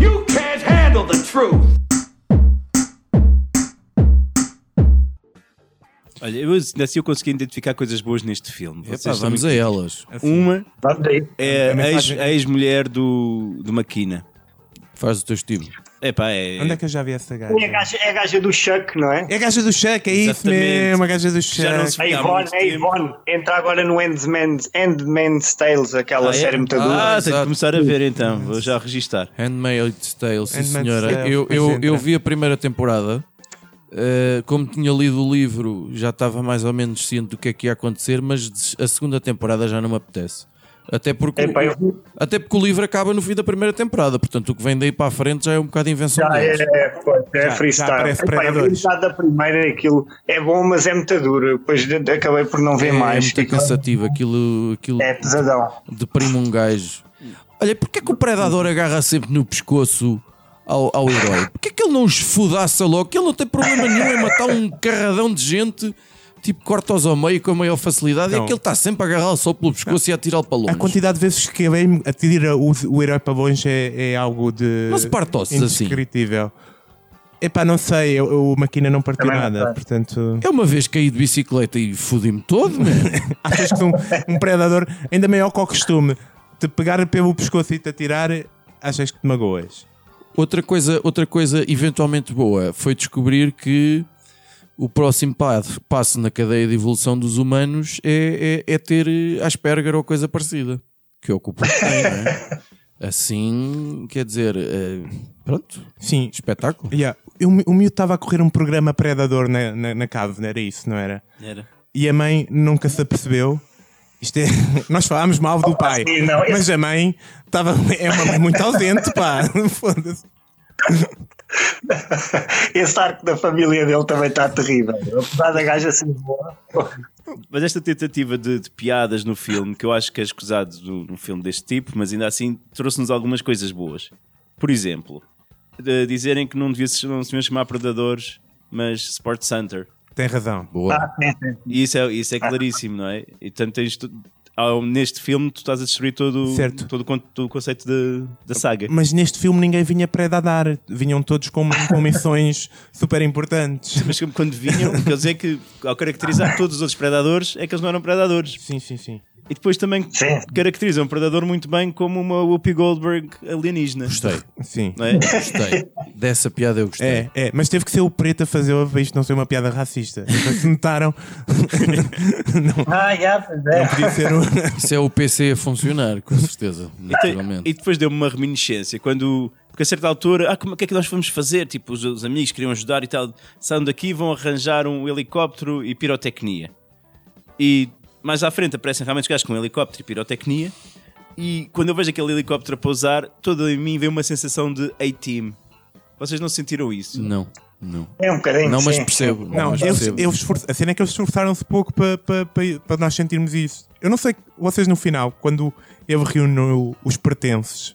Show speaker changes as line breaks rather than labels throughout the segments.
You can't handle the truth.
Olha, eu ainda assim eu consegui identificar coisas boas neste filme.
Epá,
Vocês sabem
vamos a elas.
que- Uma
Vamos aí.
é
A
a ex-
mensagem-
a ex-mulher do, do Maquina.
Faz o teu estilo.
Epá, é.
Onde é que eu já vi essa gaja?
É a gaja, é a gaja do Chuck, não é?
É a gaja do Chuck, é isso
Exatamente.
mesmo, a gaja do Chuck.
Já não se
A
vê há
Ivone,
muito
é a
tempo.
Ivone. Entra agora no Endman's, Endman's Tales, aquela
Ah, é?
série muito
Ah,
boa.
Ah, tenho
exato.
que começar a ver então, vou já registar.
Handmaid's Tale, sim
Handmaid's
senhora.
Tale,
eu,
pois
eu,
entra.
eu vi a primeira temporada. Uh, como tinha lido o livro, já estava mais ou menos ciente do que é que ia acontecer, mas des- a segunda temporada já não me apetece. Até porque,
Epá, eu vi-
até porque o livro acaba no fim da primeira temporada, portanto o que vem daí para a frente já é um bocado invenção
Já é,
deles.
é, pois, é
Já- já
freestyle.
parece
Epá, eu vi um
predadores.
bocado da primeira, aquilo é bom, mas é muito duro. Depois de- de- acabei por não ver
É
mais.
muito
Aquilo
cansativo, aquilo, aquilo
É pesadão.
deprime um gajo. Olha, porque é que o predador agarra sempre no pescoço ao, ao herói? Porquê é que ele não esfodaça logo? Que ele não tem problema nenhum em matar um carradão de gente, tipo corta-os ao meio com a maior facilidade, e
Não.
é que ele está sempre a agarrá-lo só pelo pescoço e a atirá-lo para longe.
A quantidade de vezes que ele é atira o, o herói para longe é, é algo de.
Não se partou-se assim.
indescritível. Epá, não sei, eu- eu- o Maquina não partiu
Também não
nada,
sei.
portanto.
Eu uma vez caí de bicicleta e fodi-me todo, man.
Achas que um, um predador, ainda maior que o costume, te pegar pelo pescoço e te atirar, achas que te magoas?
Outra coisa, outra coisa eventualmente boa foi descobrir que o próximo pa- passo na cadeia de evolução dos humanos é, é, é ter eh, Asperger ou coisa parecida, que ocupa o que tem, não é? Assim, quer dizer, eh, pronto,
Sim.
espetáculo.
Yeah. O, mi- o miúdo estava a correr um programa predador na, na, na cave, não era isso, não era?
Era.
E a mãe nunca se apercebeu. Isto é... Nós falámos mal do pai,
sim, não, esse-
mas a mãe estava... é uma mãe muito ausente, pá. Foda-se.
Esse arco da família dele também está terrível. Apesar da gaja ser boa.
Mas esta tentativa de, de piadas no filme, que eu acho que é escusado no, num filme deste tipo, mas ainda assim trouxe-nos algumas coisas boas. Por exemplo, de dizerem que não devia se- não se deviam chamar predadores, mas Sport Center.
Tem razão.
Boa.
E isso é, isso é claríssimo, não é? E tanto tens tu- ao- neste filme tu estás a destruir todo,
Certo.
todo, o con- todo o conceito da- da saga.
Mas neste filme ninguém vinha predadar. Vinham todos com, com missões super importantes.
Mas como quando vinham, quer dizer que ao caracterizar todos os outros predadores é que eles não eram predadores.
Sim, sim, sim.
E depois também
Sim.
caracterizam o predador muito bem como uma Whoopi Goldberg alienígena.
Gostei,
Sim.
Não é?
gostei. Dessa piada eu gostei.
É, é, mas teve que ser o preto a fazer para isto não ser uma piada racista. Então, se notaram,
Ah, já, pois é.
podia ser um.
Isso é o PC a funcionar, com certeza, naturalmente.
E depois deu-me uma reminiscência, quando. Porque a certa altura, ah, como o que é que nós vamos fazer? Tipo, os, os amigos queriam ajudar e tal, saem daqui, vão arranjar um helicóptero e pirotecnia. E mais à frente aparecem realmente os gajos com um helicóptero e pirotecnia. E quando eu vejo aquele helicóptero a pousar, toda em mim vem uma sensação de A-Team. Vocês não sentiram isso?
Não, não.
É um bocadinho.
Não, mas
sim.
percebo.
Não,
mas
eles,
percebo.
eles esfor- a cena é que eles esforçaram-se pouco para nós sentirmos isso. Eu não sei, vocês no final, quando ele reuniu os pertences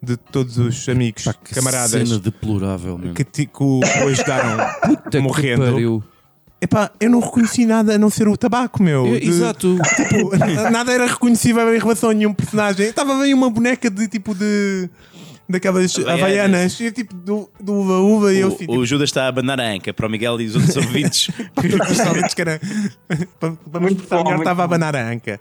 de todos os amigos,
Pá, que
camaradas,
cena deplorável, mano.
que, ti- que o que o ajudaram
Puta que
morrendo,
pariu.
epá, eu não reconheci nada a não ser o tabaco, meu.
Eu-
De-
É, Exato.
tipo, nada era reconhecível em relação a nenhum personagem. Estava bem uma boneca de tipo de. daquelas
Havaianas.
havaianas, e tipo do, do uva uva e eu assim,
O, o Judas está a abanar a anca para o Miguel e os outros ouvintes.
Porque eu gostava de descarar. Para- para me
Muito
expressar
bom,
melhor,
muito
estava a
bom.
abanar a anca.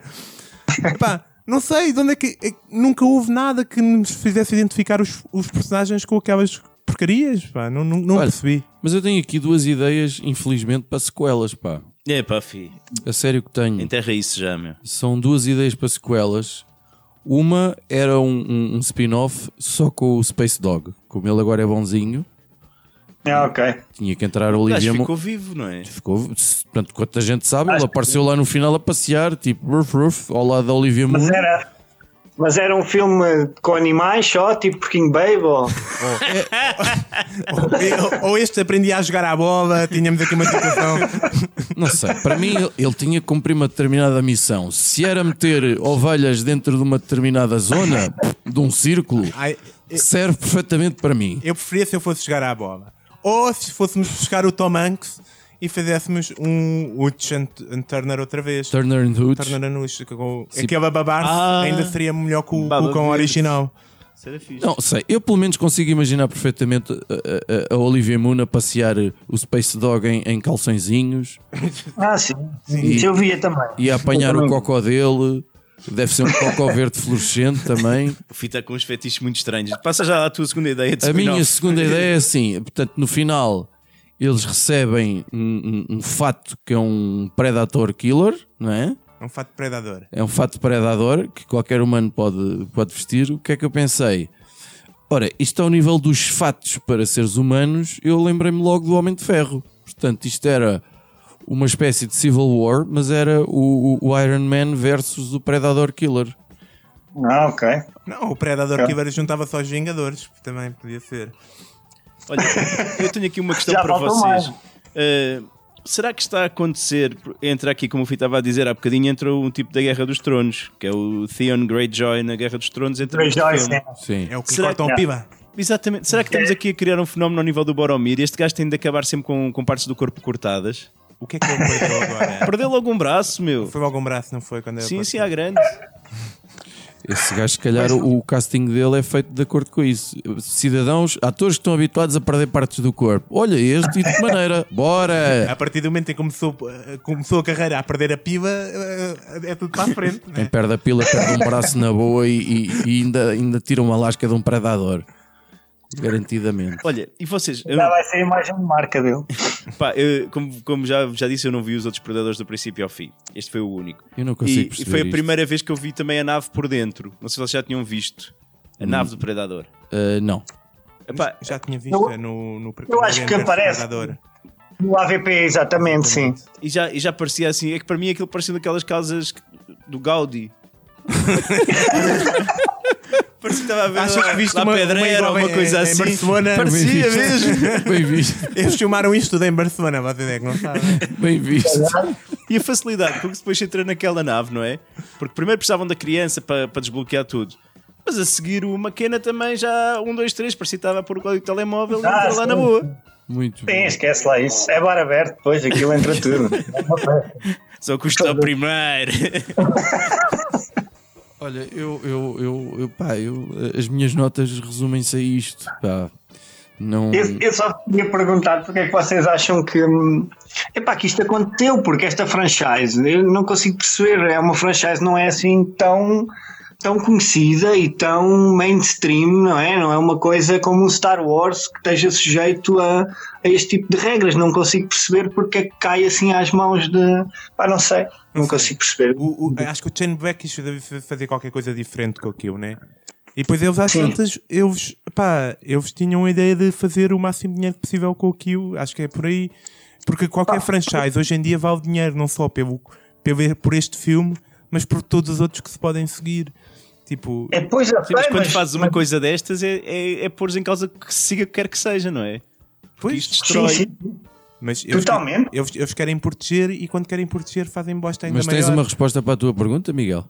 Epá, não sei de onde é que. é que nunca houve nada que nos fizesse identificar os, os personagens com aquelas porcarias. Pá. Não, não, não
Olha,
percebi.
Mas eu tenho aqui duas ideias, infelizmente, para sequelas, pá.
é pá, fi,
A sério que tenho.
enterra isso já, meu.
São duas ideias para sequelas. Uma era um, um- um spin-off só com o Space Dog. Como ele agora é bonzinho,
Ah, ok.
tinha que entrar o
O gajo
Olivia Munn.
ficou vivo, não é?
Ficou, portanto, quanta gente sabe, ele apareceu lá no final a passear, tipo, ruf, ruf, ao lado da Olivia Munn.
Mas era. Mas era um filme com animais só, tipo King Babe? Ou...
ou, ou este aprendi a jogar à bola, tínhamos aqui uma situação.
Não sei, para mim ele- ele tinha que cumprir uma determinada missão. Se era meter ovelhas dentro de uma determinada zona, de um círculo,
Ai,
serve perfeitamente para mim.
eu preferia se eu fosse jogar à bola. Ou se fôssemos buscar o Tom Hanks e fizéssemos um Hutch and, and Turner outra vez.
Turner and Hooch.
Turner and Hooch, com
Sim.
aquele babar
Ah.
ainda seria melhor que o,
Baba
que o
verde.
original.
Será fixe.
Não sei, eu pelo menos consigo imaginar perfeitamente eh, a, a- a Olivia Moon a passear eh, o Space Dog em, em calçõezinhos
Ah, sim. Isso eu via também.
e a apanhar
Eu
o
também.
cocó dele. Deve ser um cocó verde fluorescente também.
Fita é com uns fetiches muito estranhos. Passa já à tua segunda ideia de
A minha
spin-off.
segunda ideia é assim: portanto, no final eles recebem um, um- um fato que é um Predator Killer, não é?
É um fato predador.
É um fato predador que qualquer humano pode, pode vestir. O que é que eu pensei? Ora, isto ao nível dos fatos para seres humanos, eu lembrei-me logo do Homem de Ferro. Portanto, isto era uma espécie de Civil War, mas era o, o- o Iron Man versus o Predador Killer.
Ah, ok.
Não, o predador
É.
que agora juntava-se aos Vingadores, também podia ser.
Olha, eu tenho aqui uma questão
Já
para
faltou
vocês.
mais.
Eh, será que está a acontecer, entra aqui, como o Fih estava a dizer há bocadinho, entra um tipo da Guerra dos Tronos, que é o Theon Greyjoy na Guerra dos Tronos, entra neste
Greyjoy,
filme.
sim. É.
Sim.
É o que
Será
cortam
que-
piba.
Exatamente. Será que estamos aqui a criar um fenómeno ao nível do Boromir? Este gajo tem de acabar sempre com, com partes do corpo cortadas.
O que é que ele perdeu agora?
Perdeu logo um braço, meu.
Foi logo um braço, não foi? Quando eu
Sim,
apareci?
sim, à grande.
Esse gajo, se calhar, o, o casting dele é feito de acordo com isso. Cidadãos, atores que estão habituados a perder partes do corpo. Olha este e de que maneira. Bora!
A partir do momento em que começou, eh, começou a carreira a perder a piba, eh, é tudo para a frente.
Quem
Né?
perde a pila perde um braço na boa e, e- e ainda, ainda tira uma lasca de um predador. Garantidamente.
Olha, e vocês? Eu-
Já vai ser a imagem de marca dele.
pá, eu- como como já, já disse, eu não vi os outros predadores do princípio ao fim. Este foi o único.
Eu não
E,
consigo
e
perceber.
foi a
isto.
primeira vez que eu vi também a nave por dentro. Não sei se vocês já tinham visto.
Hum.
A nave do predador.
Ah, não.
Epá,
Já tinha visto
Eu-
é no, no
eu acho que
no
aparece.
Predador.
No AVP, exatamente, sim.
e, já, e já parecia assim. É que para mim aquilo parecia daquelas casas que- do Gaudi. parecia que estava a ver
Achas
lá,
que viste
lá
uma- uma
pedreira
igual
ou alguma
em-
coisa
em
assim.
Barcelona?
Bem
parecia
visto.
mesmo.
Bem visto.
Eles filmaram isto tudo em Barcelona, vocês é que não sabem.
Bem visto.
E a facilidade, porque depois entra naquela nave, não é? Porque primeiro precisavam da criança para, para desbloquear tudo. Mas a seguir o McKenna também já, um, dois, três, parecia que estava por o código de telemóvel e
Ah,
entra lá
sim.
na boa.
Muito
Sim,
bem.
esquece lá isso. É bar aberto, depois aquilo entra tudo. É uma festa.
Só custa o primeiro.
Olha, eu, eu, eu, eu, pá, eu, as minhas notas resumem-se a isto. Pá. Não.
eu, eu só queria perguntar porque é que vocês acham que. hum, Epá, que isto aconteceu, porque esta franchise, eu não consigo perceber, é uma franchise não é assim tão, tão conhecida e tão mainstream, não é? Não é uma coisa como o Star Wars que esteja sujeito a, a este tipo de regras, não consigo perceber porque é que cai assim às mãos de. Pá, não sei, não, consigo perceber.
O- o- acho que o Shane Black deve fazer qualquer coisa diferente com aquilo, né? E depois eles às tantas, eles, pá, eles tinham a ideia de fazer o máximo de dinheiro possível com aquilo, acho que é por aí. Porque qualquer franchise hoje em dia vale dinheiro, não só pelo, pelo, por este filme, mas por todos os outros que se podem seguir. Tipo,
É, pois, eu
Sim, mas
sei,
quando
mas-
fazes uma coisa destas é, é, é pôr em causa que se siga o que quer que seja, não é? Porque
Pois.
isto
Sim,
destrói.
sim.
mas eles,
Totalmente.
Eles, eles querem proteger e quando querem proteger fazem bosta ainda
Mas tens
maior.
uma resposta para a tua pergunta, Miguel?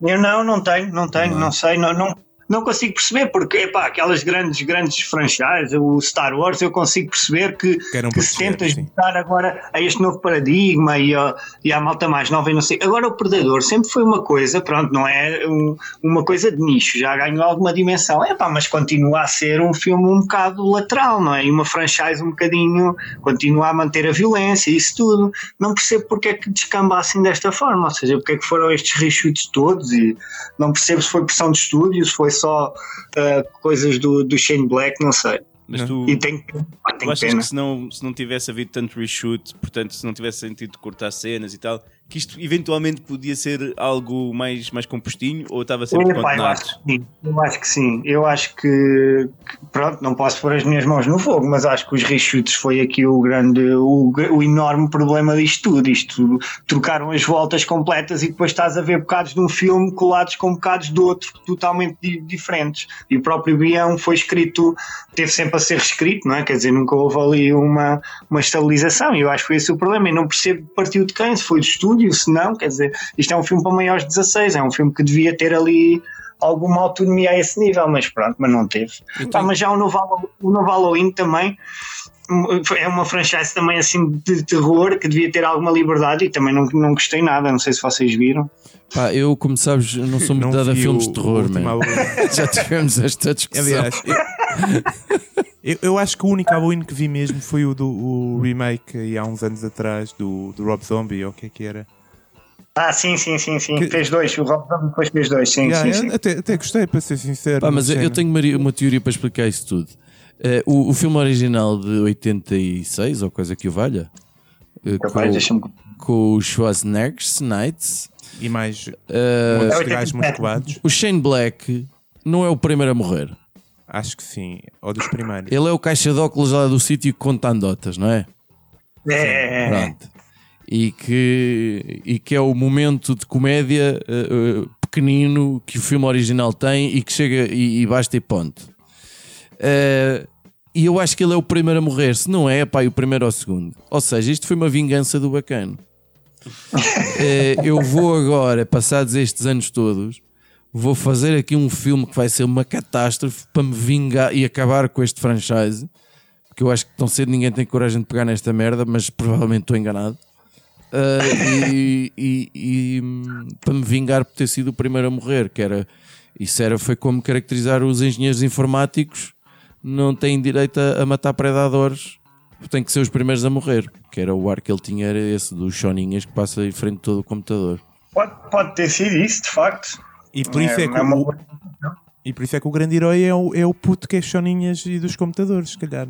Eu não, não tenho, não é? tenho, não sei, não, não, não consigo perceber porque, epá, aquelas grandes, grandes franchises, o Star Wars, eu consigo perceber que,
Querem
que se
proteger,
tenta
sim.
juntar agora a este novo paradigma e, a, e à malta mais nova e não sei. Agora o Predador sempre foi uma coisa, pronto, não é um- uma coisa de nicho, já ganhou alguma dimensão, epá, mas continua a ser um filme um bocado lateral, não é? E uma franchise um bocadinho, continua a manter a violência, isso tudo. Não percebo porque é que descamba assim desta forma, ou seja, porque é que foram estes reshoots todos e não percebo se foi pressão de estúdio, se foi só ah, coisas do, do Shane Black, não sei.
Mas
Não.
tu,
E tem, ah,
tu
tem
achas
pena.
que se não, se não tivesse havido tanto reshoot, portanto, se não tivesse sentido cortar cenas e tal, que isto eventualmente podia ser algo mais, mais compostinho ou estava sempre
Epá, eu,
condenado?
acho que sim, eu acho que sim. Eu acho que, que, pronto, não posso pôr as minhas mãos no fogo, mas acho que os reshoots foi aqui o grande, o, gr- o enorme problema disto tudo. Isto trocaram as voltas completas e depois estás a ver bocados de um filme colados com bocados do outro totalmente di- diferentes. E o próprio guião foi escrito, teve sempre a ser reescrito, não é? Quer dizer, nunca houve ali uma, uma estabilização e eu acho que foi esse é o problema. E não percebo que partiu de quem, se foi do estúdio, se não, quer dizer, isto é um filme para maiores de 16, é um filme que devia ter ali alguma autonomia a esse nível, mas pronto, mas não teve. Pá, mas já o novo Hallo- o novo Halloween também hum, é uma franchise também assim de terror que devia ter alguma liberdade e também não, não gostei nada, não sei se vocês viram.
Pá, eu, como sabes, eu não sou muito
Não
dado a
vi
filmes
o-
de
o
terror, né?
último
mano.
Halloween.
Já tivemos esta discussão.
Aliás, eu, eu, eu acho que o único Halloween que vi mesmo foi o do o remake aí há uns anos atrás do, do Rob Zombie, ou o que é que era.
Ah, sim, sim, sim, sim.
Que-
Fez dois, o Rob Zombie depois fez dois, sim,
Yeah,
sim,
eu
sim.
Até, até gostei, para ser sincero.
Pá, mas
na
eu, eu
cena.
tenho uma, uma teoria para explicar isso tudo. Eh, o, o filme original de 86, ou coisa que o valha, eh,
Rapaz,
com,
deixa-me-
com o Schwarzenegger, Knights,
E mais
Eh,
É
muitos gajos musculados.
o Shane Black não é o primeiro a morrer.
Acho que sim. Ou dos primeiros.
Ele é o caixa de óculos lá do sítio que conta anedotas, não é?
É, é, é.
Pronto. E que, e que é o momento de comédia eh, eh, pequenino que o filme original tem e que chega e, e basta e ponto. Eh, e eu acho que ele é o primeiro a morrer, se não é, pá, e o primeiro ao segundo. Ou seja, isto foi uma vingança do bacano. Eh, eu vou agora, passados estes anos todos, vou fazer aqui um filme que vai ser uma catástrofe para me vingar e acabar com este franchise. Porque eu acho que tão cedo ninguém tem coragem de pegar nesta merda, mas provavelmente estou enganado. Ah, e, e- e, hum, para me vingar por ter sido o primeiro a morrer, que era isso era, foi como caracterizar os engenheiros informáticos não têm direito a, a matar predadores, têm que ser os primeiros a morrer. Que era o ar que ele tinha, era esse dos choninhas que passa em frente de todo o computador.
Pode, pode ter sido isso, de facto.
E por isso é, que
é uma
o-
boa-
E por isso é que o grande herói é o, é o puto que é choninhas e dos computadores, se calhar.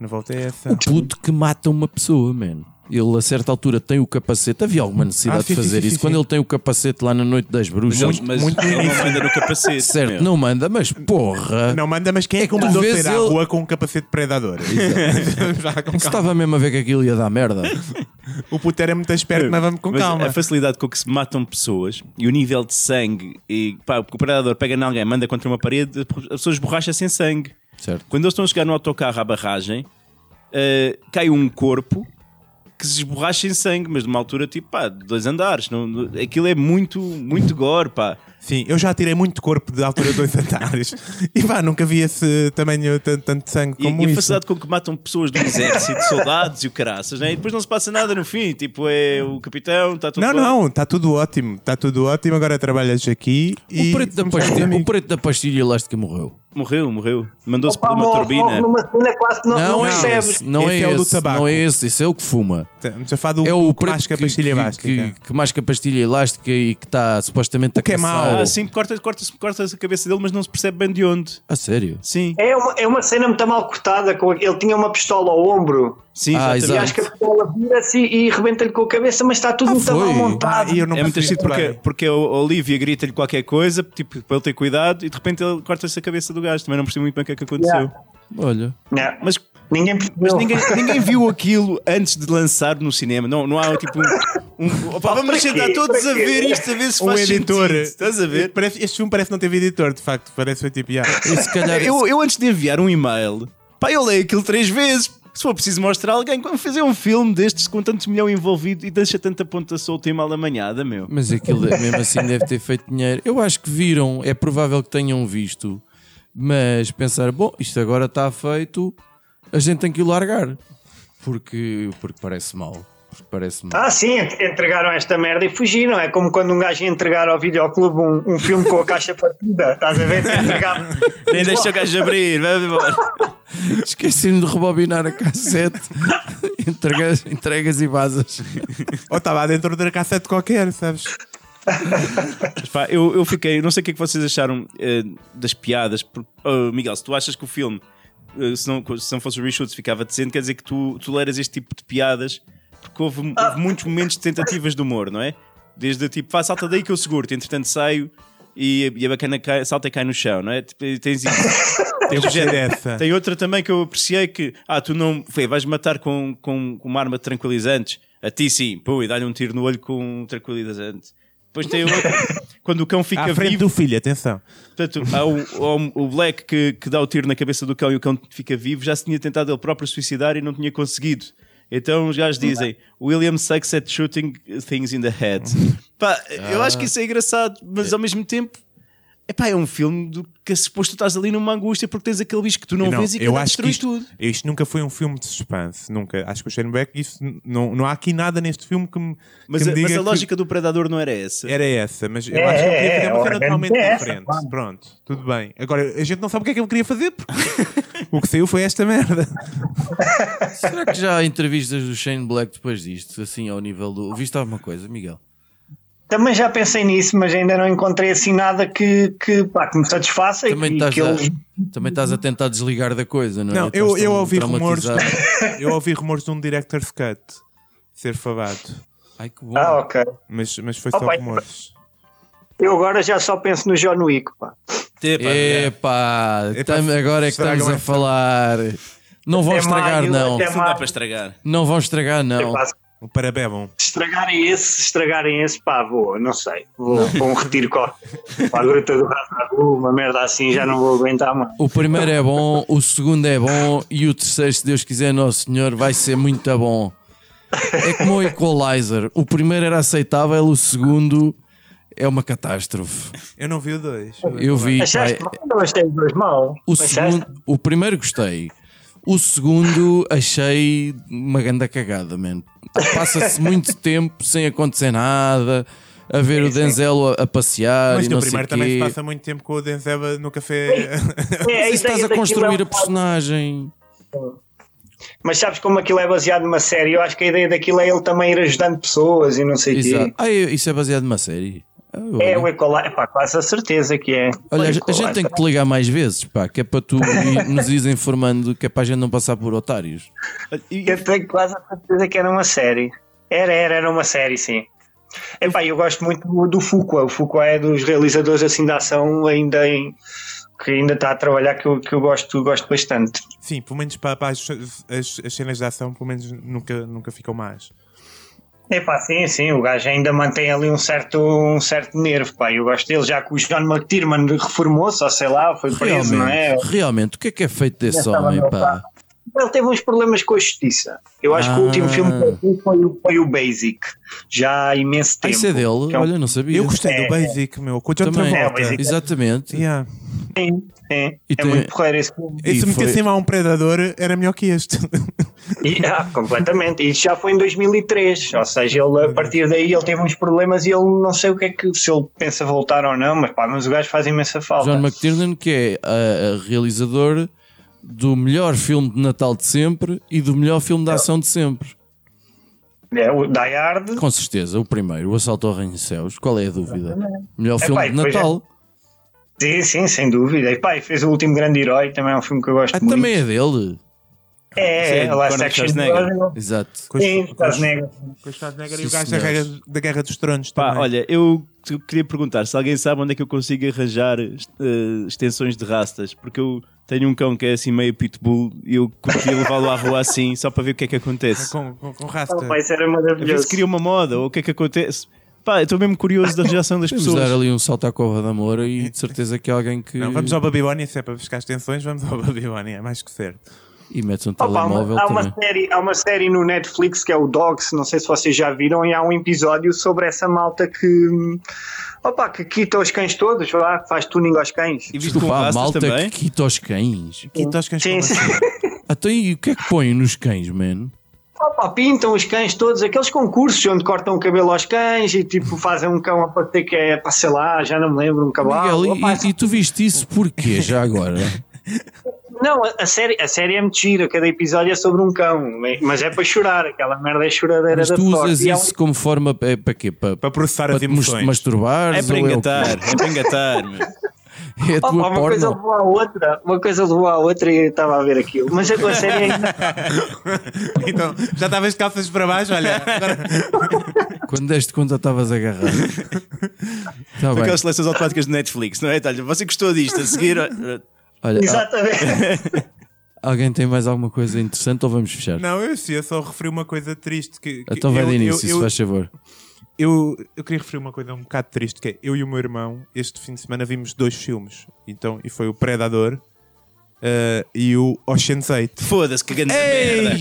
Na volta é essa.
Puto que mata uma pessoa, mano. Ele a certa altura tem o capacete. Havia alguma necessidade
Ah, sim,
de fazer
sim, sim,
isso?
sim.
Quando ele tem o capacete lá na Noite
Mas,
das Bruxas,
ele- mas é
muito
ele não
difícil.
manda no capacete.
certo,
meu.
não manda, mas porra.
Não manda, mas quem é que
tu
mandou
vês
sair à
ele-
rua com um capacete predador? Já com
Ele
calma.
estava mesmo a ver que aquilo ia dar merda.
O puto era muito esperto, mas vamos com
Mas
é
calma.
A facilidade com que se matam pessoas e o nível de sangue e pá, porque o predador pega em alguém, manda contra uma parede, a pessoa esborracha sem sangue.
Certo.
Quando eles estão a chegar no autocarro à barragem, eh, cai um corpo que se esborracha em sangue, mas de uma altura tipo, pá, de dois andares. Não, não- aquilo é muito, muito gore, pá.
Sim, eu já tirei muito corpo de altura de dois andares. E pá, nunca vi esse tamanho, tanto, tanto sangue
E,
como
e a
isso.
facilidade com que matam pessoas do exército, soldados e o caraças, né? E depois não se passa nada no fim, tipo, é o capitão, está tudo
Não,
bom.
não, está tudo ótimo. Está tudo ótimo. Agora trabalhas aqui e.
O, preto da
somos todos
pastilha, o
amigos.
preto da pastilha elástica morreu.
Morreu, morreu. Mandou-se
Opa,
por uma
morre-
turbina.
morre numa cena quase que não, não,
é
percebes.
esse, não é
Esse é o do
esse,
tabaco.
Não é esse, esse é o que fuma.
Estamos a falar do
É o
que
preto
masca
que,
pastilha Ah,
que-
elástica.
que, que masca pastilha elástica e que está supostamente a
que é
caçar.
mau.
Ah, sim, corta-se corta corta a cabeça dele, mas não se percebe bem de onde.
A sério?
Sim,
É uma, é uma cena muito mal cortada. com- Ele tinha uma pistola ao ombro
sim,
Ah,
exatamente.
e acho que a pistola vira-se e, e rebenta-lhe com a cabeça, mas está tudo
Ah,
muito
foi.
mal montado.
Ah, e eu não
É muito
percebi
estranho porque,
bem.
porque a Olivia grita-lhe qualquer coisa, tipo, para ele ter cuidado, e de repente ele corta-se a cabeça do gajo. Também não percebi muito bem o que é que aconteceu.
Yeah.
Olha.
Não,
Mas,
ninguém percebeu.
mas ninguém, ninguém viu aquilo antes de lançar no cinema. Não, não há tipo um. um- Opa, vamos
para quê?
sentar todos
Para
a
quê?
ver isto, a ver se
um
faz
editor.
sentido. Estás a ver?
Parece, este filme parece não ter editor, de facto. Parece foi tipo, yeah.
E se calhar.
Eu, eu antes de enviar um e-mail, pá, eu leio aquilo três vezes. Se for preciso mostrar a alguém, como fazer um filme destes com tantos milhão envolvido e deixa tanta ponta solta e mal amanhada, meu.
Mas aquilo mesmo assim deve ter feito dinheiro. Eu acho que viram, é provável que tenham visto, mas pensaram, bom, isto agora está feito, a gente tem que o largar. Porque, porque parece mal. Porque parece mal.
Ah, sim, ent- entregaram esta merda e fugiram. É como quando um gajo ia entregar ao videoclube um, um filme com a caixa partida. Estás a ver? Entregava.
Nem deixa o gajo abrir, vamos embora.
Esqueci-me de rebobinar a cassete. entregas, entregas e vazas.
Ou estava dentro de uma cassete qualquer, sabes?
Mas pá, eu, eu fiquei, não sei o que é que vocês acharam eh, das piadas. por- Oh, Miguel, se tu achas que o filme, eh, se, não, se não fosse o reshoot, se ficava decente, quer dizer que tu toleras este tipo de piadas. Porque houve, houve muitos momentos de tentativas de humor, não é? Desde tipo, vá, salta daí que eu seguro, entretanto saio e, e a bacana cai- salta e cai no chão, não é? Tipo, e Tens isso.
Eu
Tens o
gostei
género.
dessa.
Tem outra também que eu apreciei que, ah, tu não, foi, vais matar com, com, com uma arma de tranquilizantes, a ti sim, pô, e dá-lhe um tiro no olho com um tranquilizante. Depois tem outra, quando o cão fica
À frente
vivo,
do filho, atenção.
portanto, há o, há o- o Black que, que dá o tiro na cabeça do cão e o cão fica vivo, já se tinha tentado ele próprio suicidar e não tinha conseguido. Então os gajos dizem, William sucks at shooting things in the head. Pá, eu acho que isso é engraçado, mas
Ah.
ao mesmo tempo... Epá, é um filme do que suposto tu estás ali numa angústia porque tens aquele bicho que tu não, vês e que
eu
dá a
acho que
destruir
isto,
tudo.
isto nunca foi um filme de suspense, nunca. Acho que o Steinbeck, isso n- não, não há aqui nada neste filme que me,
Mas,
que
a,
me diga
mas a
que
lógica do predador não era essa.
era essa, mas eu
É,
acho que ele
é,
queria fazer
é,
uma cena
obviamente
totalmente
é essa,
diferente.
claro.
Pronto, tudo bem. Agora, a gente não sabe o que é que ele queria fazer porque o que saiu foi esta merda.
Será que já há entrevistas do Shane Black depois disto? Assim, ao nível do. Viste alguma coisa, Miguel?
Também já pensei nisso, mas ainda não encontrei assim nada que, que, pá, que me satisfaça e
Também
que- e
estás,
que
a,
eles
também estás a tentar desligar da coisa, não é?
Não,
Estás
eu, eu
tão
ouvi rumores. um
traumatizado.
Eu ouvi rumores de um director's cut ser falado,
Ai que bom.
Ah, ok.
mas, mas foi só
Opa,
rumores.
Eu agora já só penso no John Wick, pá.
Epá, é.
Epá,
Epá,
tam- agora é que
estragam
estamos a
essa.
falar. Não vão
Até
estragar,
maio,
não.
até
Não dá
maio.
para estragar.
Não vão estragar, não.
Epá, se
O Parabémon.
estragarem esse, se estragarem esse, pá, vou, não sei. Vou com um retiro com a com a gruta do Rafael, uma merda assim, já não vou aguentar mais.
O primeiro é bom, o segundo é bom e o terceiro, se Deus quiser, Nosso Senhor, vai ser muito bom. É como o Equalizer. O primeiro era aceitável, o segundo é uma catástrofe.
Eu não vi o dois.
Eu vi.
Achaste
pá,
mal? Não achei os dois mal.
o,
Achaste?
segundo, o primeiro gostei. O segundo achei uma ganda cagada, mano. Passa-se muito tempo sem acontecer nada, a ver o Denzel a, a passear
Mas
e
no
não sei
primeiro
o
também se
quê.
passa muito tempo com o Denzel no café.
É, a
Mas Estás
ideia
a
daquilo
construir
é
a
um-
personagem.
Mas sabes como aquilo é baseado numa série? Eu acho que a ideia daquilo é ele também ir ajudando pessoas e não sei o
Exato.
quê.
Ah, eu- isso é baseado numa série. Ah,
É
olha.
o Equalizer, pá, quase a certeza que é.
Olha, a gente- a
Equalizer.
gente tem que te ligar mais vezes, pá, que é para tu ir- nos ires informando, que é para a gente não passar por otários.
E-
Eu tenho quase a certeza que era uma série. Era, era, era uma série, sim. Epá, eu gosto muito do- do Fuqua. O Fuqua é dos realizadores assim da ação ainda em- que ainda está a trabalhar, que eu, que eu gosto, gosto bastante.
Sim, pelo menos para, para as, as- as cenas de ação, pelo menos nunca, nunca ficam mais.
Epá, sim, sim, o gajo ainda mantém ali um certo, um certo nervo, pá. Eu gosto dele, já que o John McTiernan reformou-se, ou sei lá, foi preso, não é?
Realmente, realmente, o que é que é feito desse
estava
homem,
no
pá?
Ele teve uns problemas com a justiça. Eu acho que o
Ah.
último filme que ele fez foi, o- foi o Basic, já há imenso
Ah,
tempo.
isso é dele?
Que é um-
Olha, não sabia.
Eu gostei
É,
do Basic, meu. Com o John
também.
É, o
Travolta. é
Basic.
Exatamente.
Yeah.
Sim, sim.
E
é
tem-
muito porreiro esse filme.
E
E
se
foi-
metessem lá um predador, era melhor que este.
E, ah, completamente. E isso já foi em 2003. Ou seja, ele, a partir daí ele teve uns problemas e ele não sei o que é que. Se ele pensa voltar ou não, mas pá, mas o gajo faz imensa falta.
John McTiernan, que é ah, ah, realizador do melhor filme de Natal de sempre e do melhor filme de ação de sempre.
É, o Die Hard.
Com certeza, o primeiro, O Assalto ao Reino dos Céus. Qual é a dúvida? Melhor
É,
filme
pá, e
de
depois é-
Natal. Ah,
Sim, sim, sem dúvida. E pá, e fez o último grande herói, também é um filme que eu gosto
Ah,
muito.
também é dele.
É,
Sim,
é, Last
Conor
Action
Schwarzenegger.
Hero.
Exato.
Com os-
Sim,
com os-
Schwarzenegger.
com os Schwarzenegger e
Sim,
o gajo da guerra,
senhores.
da guerra dos Tronos
Pá,
também.
olha, eu te queria perguntar se alguém sabe onde é que eu consigo arranjar eh, extensões de rastas, porque eu tenho um cão que é assim meio pitbull e eu curti levá-lo à rua assim só para ver o que é que acontece.
Com, com, com
Ah,
rasta.
pá, isso era
Às vezes
maravilhoso.
cria uma moda ou o que é que acontece. Pá, eu estou mesmo curioso da reação das
Vamos dar
pessoas.
ali um salto à cova da Moura e de certeza que há alguém que.
Não, vamos ao Babilónia, se é para buscar extensões, vamos ao Babilónia, é mais que certo.
E metes um
Opa, há uma-
telemóvel
há,
também.
uma série, há uma série no Netflix que é o Dogs, não sei se vocês já viram, e há um episódio sobre essa malta que, opa, que quita os cães todos, lá, que faz tuning aos cães.
E visto com
Desculpa, a
rastas
malta
também.
que quita os cães.
E toscas
Sim,
como
sim.
assim?
Até aí, o que é que põem nos cães, man?
Opa, pintam os cães todos, aqueles concursos onde cortam o cabelo aos cães e tipo fazem um cão a bater que é, pá, sei lá, já não me lembro, um cavalo.
Miguel, e-
Opa,
e, e tu viste isso porquê já agora?
Não, a, a série, a série é muito gira, cada episódio é sobre um cão, mas é para chorar, aquela merda é choradeira
Mas
da
tu
sorte.
usas
E há um-
isso como forma é, para quê? Para,
Para processar
para
as
te mas-
emoções.
masturbares?
É para
ou o quê?
engatar, é para engatar. meu.
É a tua
Opa, uma coisa
porno.
levou à outra, uma coisa levou à outra e eu estava a ver aquilo. Mas a série ainda.
Então, já estavas de calças para baixo, olha. Agora...
Quando deste conta estavas agarrado. Está bem.
Aquelas seleções automáticas de Netflix, não é? Tá-lhe, Você gostou disto? A seguir. eh,
Olha,
Exatamente.
a- alguém tem mais alguma coisa interessante ou vamos fechar?
Não, eu, sim, eu só referi uma coisa triste. Que, que
Então vai
eu,
de
eu,
início, se
eu,
faz favor.
eu, eu queria referir uma coisa um bocado triste, que é eu e o meu irmão, este fim de semana vimos dois filmes. Então, e foi o Predador eh, e o Ocean's 8.
Foda-se, que grande
Ei,
merda. Que é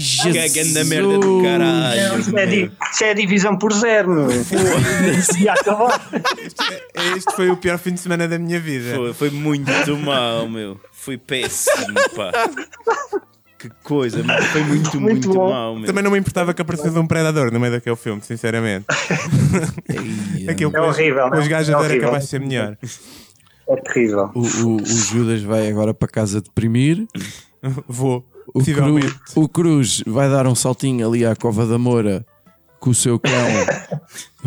Jesus.
grande merda do caralho.
Isso é, di- isso é divisão por zero, meu. E acabou.
É, Este foi o pior fim de semana da minha vida.
Foi, foi muito mal, meu. Foi péssimo, pá. Que coisa, mano. Foi muito, muito,
Muito bom.
mal, meu.
Também não me importava que aparecesse um predador no meio daquele filme, sinceramente.
Ei,
Aquilo
É
com os-
horrível,
com os
não?
gajos
É
era
horrível.
capaz de ser melhor.
É terrível.
O, o- o Judas vai agora para casa deprimir.
Vou,
O, Cru,
possivelmente.
o Cruz vai dar um saltinho ali à Cova da Moura com o seu cão,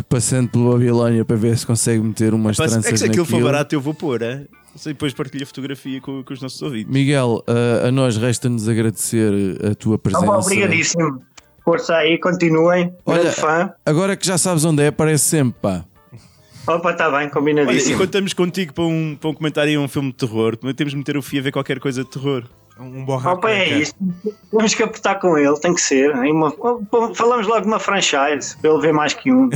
passando pela Babilónia para ver se consegue meter umas
Pá,
tranças
é que se aquilo for
naquilo.
barato, eu vou pôr, é? Sei, depois partilho a fotografia com, com os nossos ouvintes.
Miguel, a, a nós resta-nos agradecer a tua
Então,
presença.
pá, obrigadíssimo. Força aí, continuem.
Olha-
Grande fã.
Agora que já sabes onde é, aparece sempre, pá.
Opa, está bem,
Olha, e
combinadíssimo.
quando estamos contigo para um, para um comentário e um filme de terror, também temos de meter o FIA a ver qualquer coisa de terror.
Um bom
Opa, é isso. Temos que apertar com ele, tem que ser. Em uma- Falamos logo de uma franchise, para ele ver mais que um.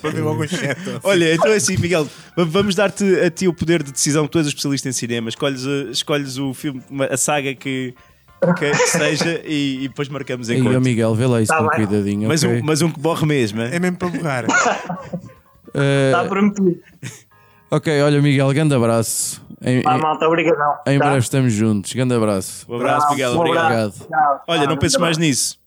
Para ver logo o chat.
Olha, então é assim, Miguel, v- vamos dar-te a ti o poder de decisão, tu és o especialista em cinema, escolhes, a- escolhes o filme, uma- a saga que, que seja e, e depois marcamos
E
em
o
conta.
Miguel, vê lá isso
Tá
com
bem.
cuidadinho.
Mas,
ok?
um, mas um que borre mesmo, é?
É mesmo para borrar.
Eh,
Está Tá prometido.
ok, olha, Miguel, grande abraço. Em,
Vá,
em-
malta, obrigadão.
em
tá?
breve estamos juntos. Grande abraço.
Um abraço, Miguel,
Um
obrigado.
abraço.
Obrigado.
Tchau,
Olha,
tchau.
não penses mais nisso.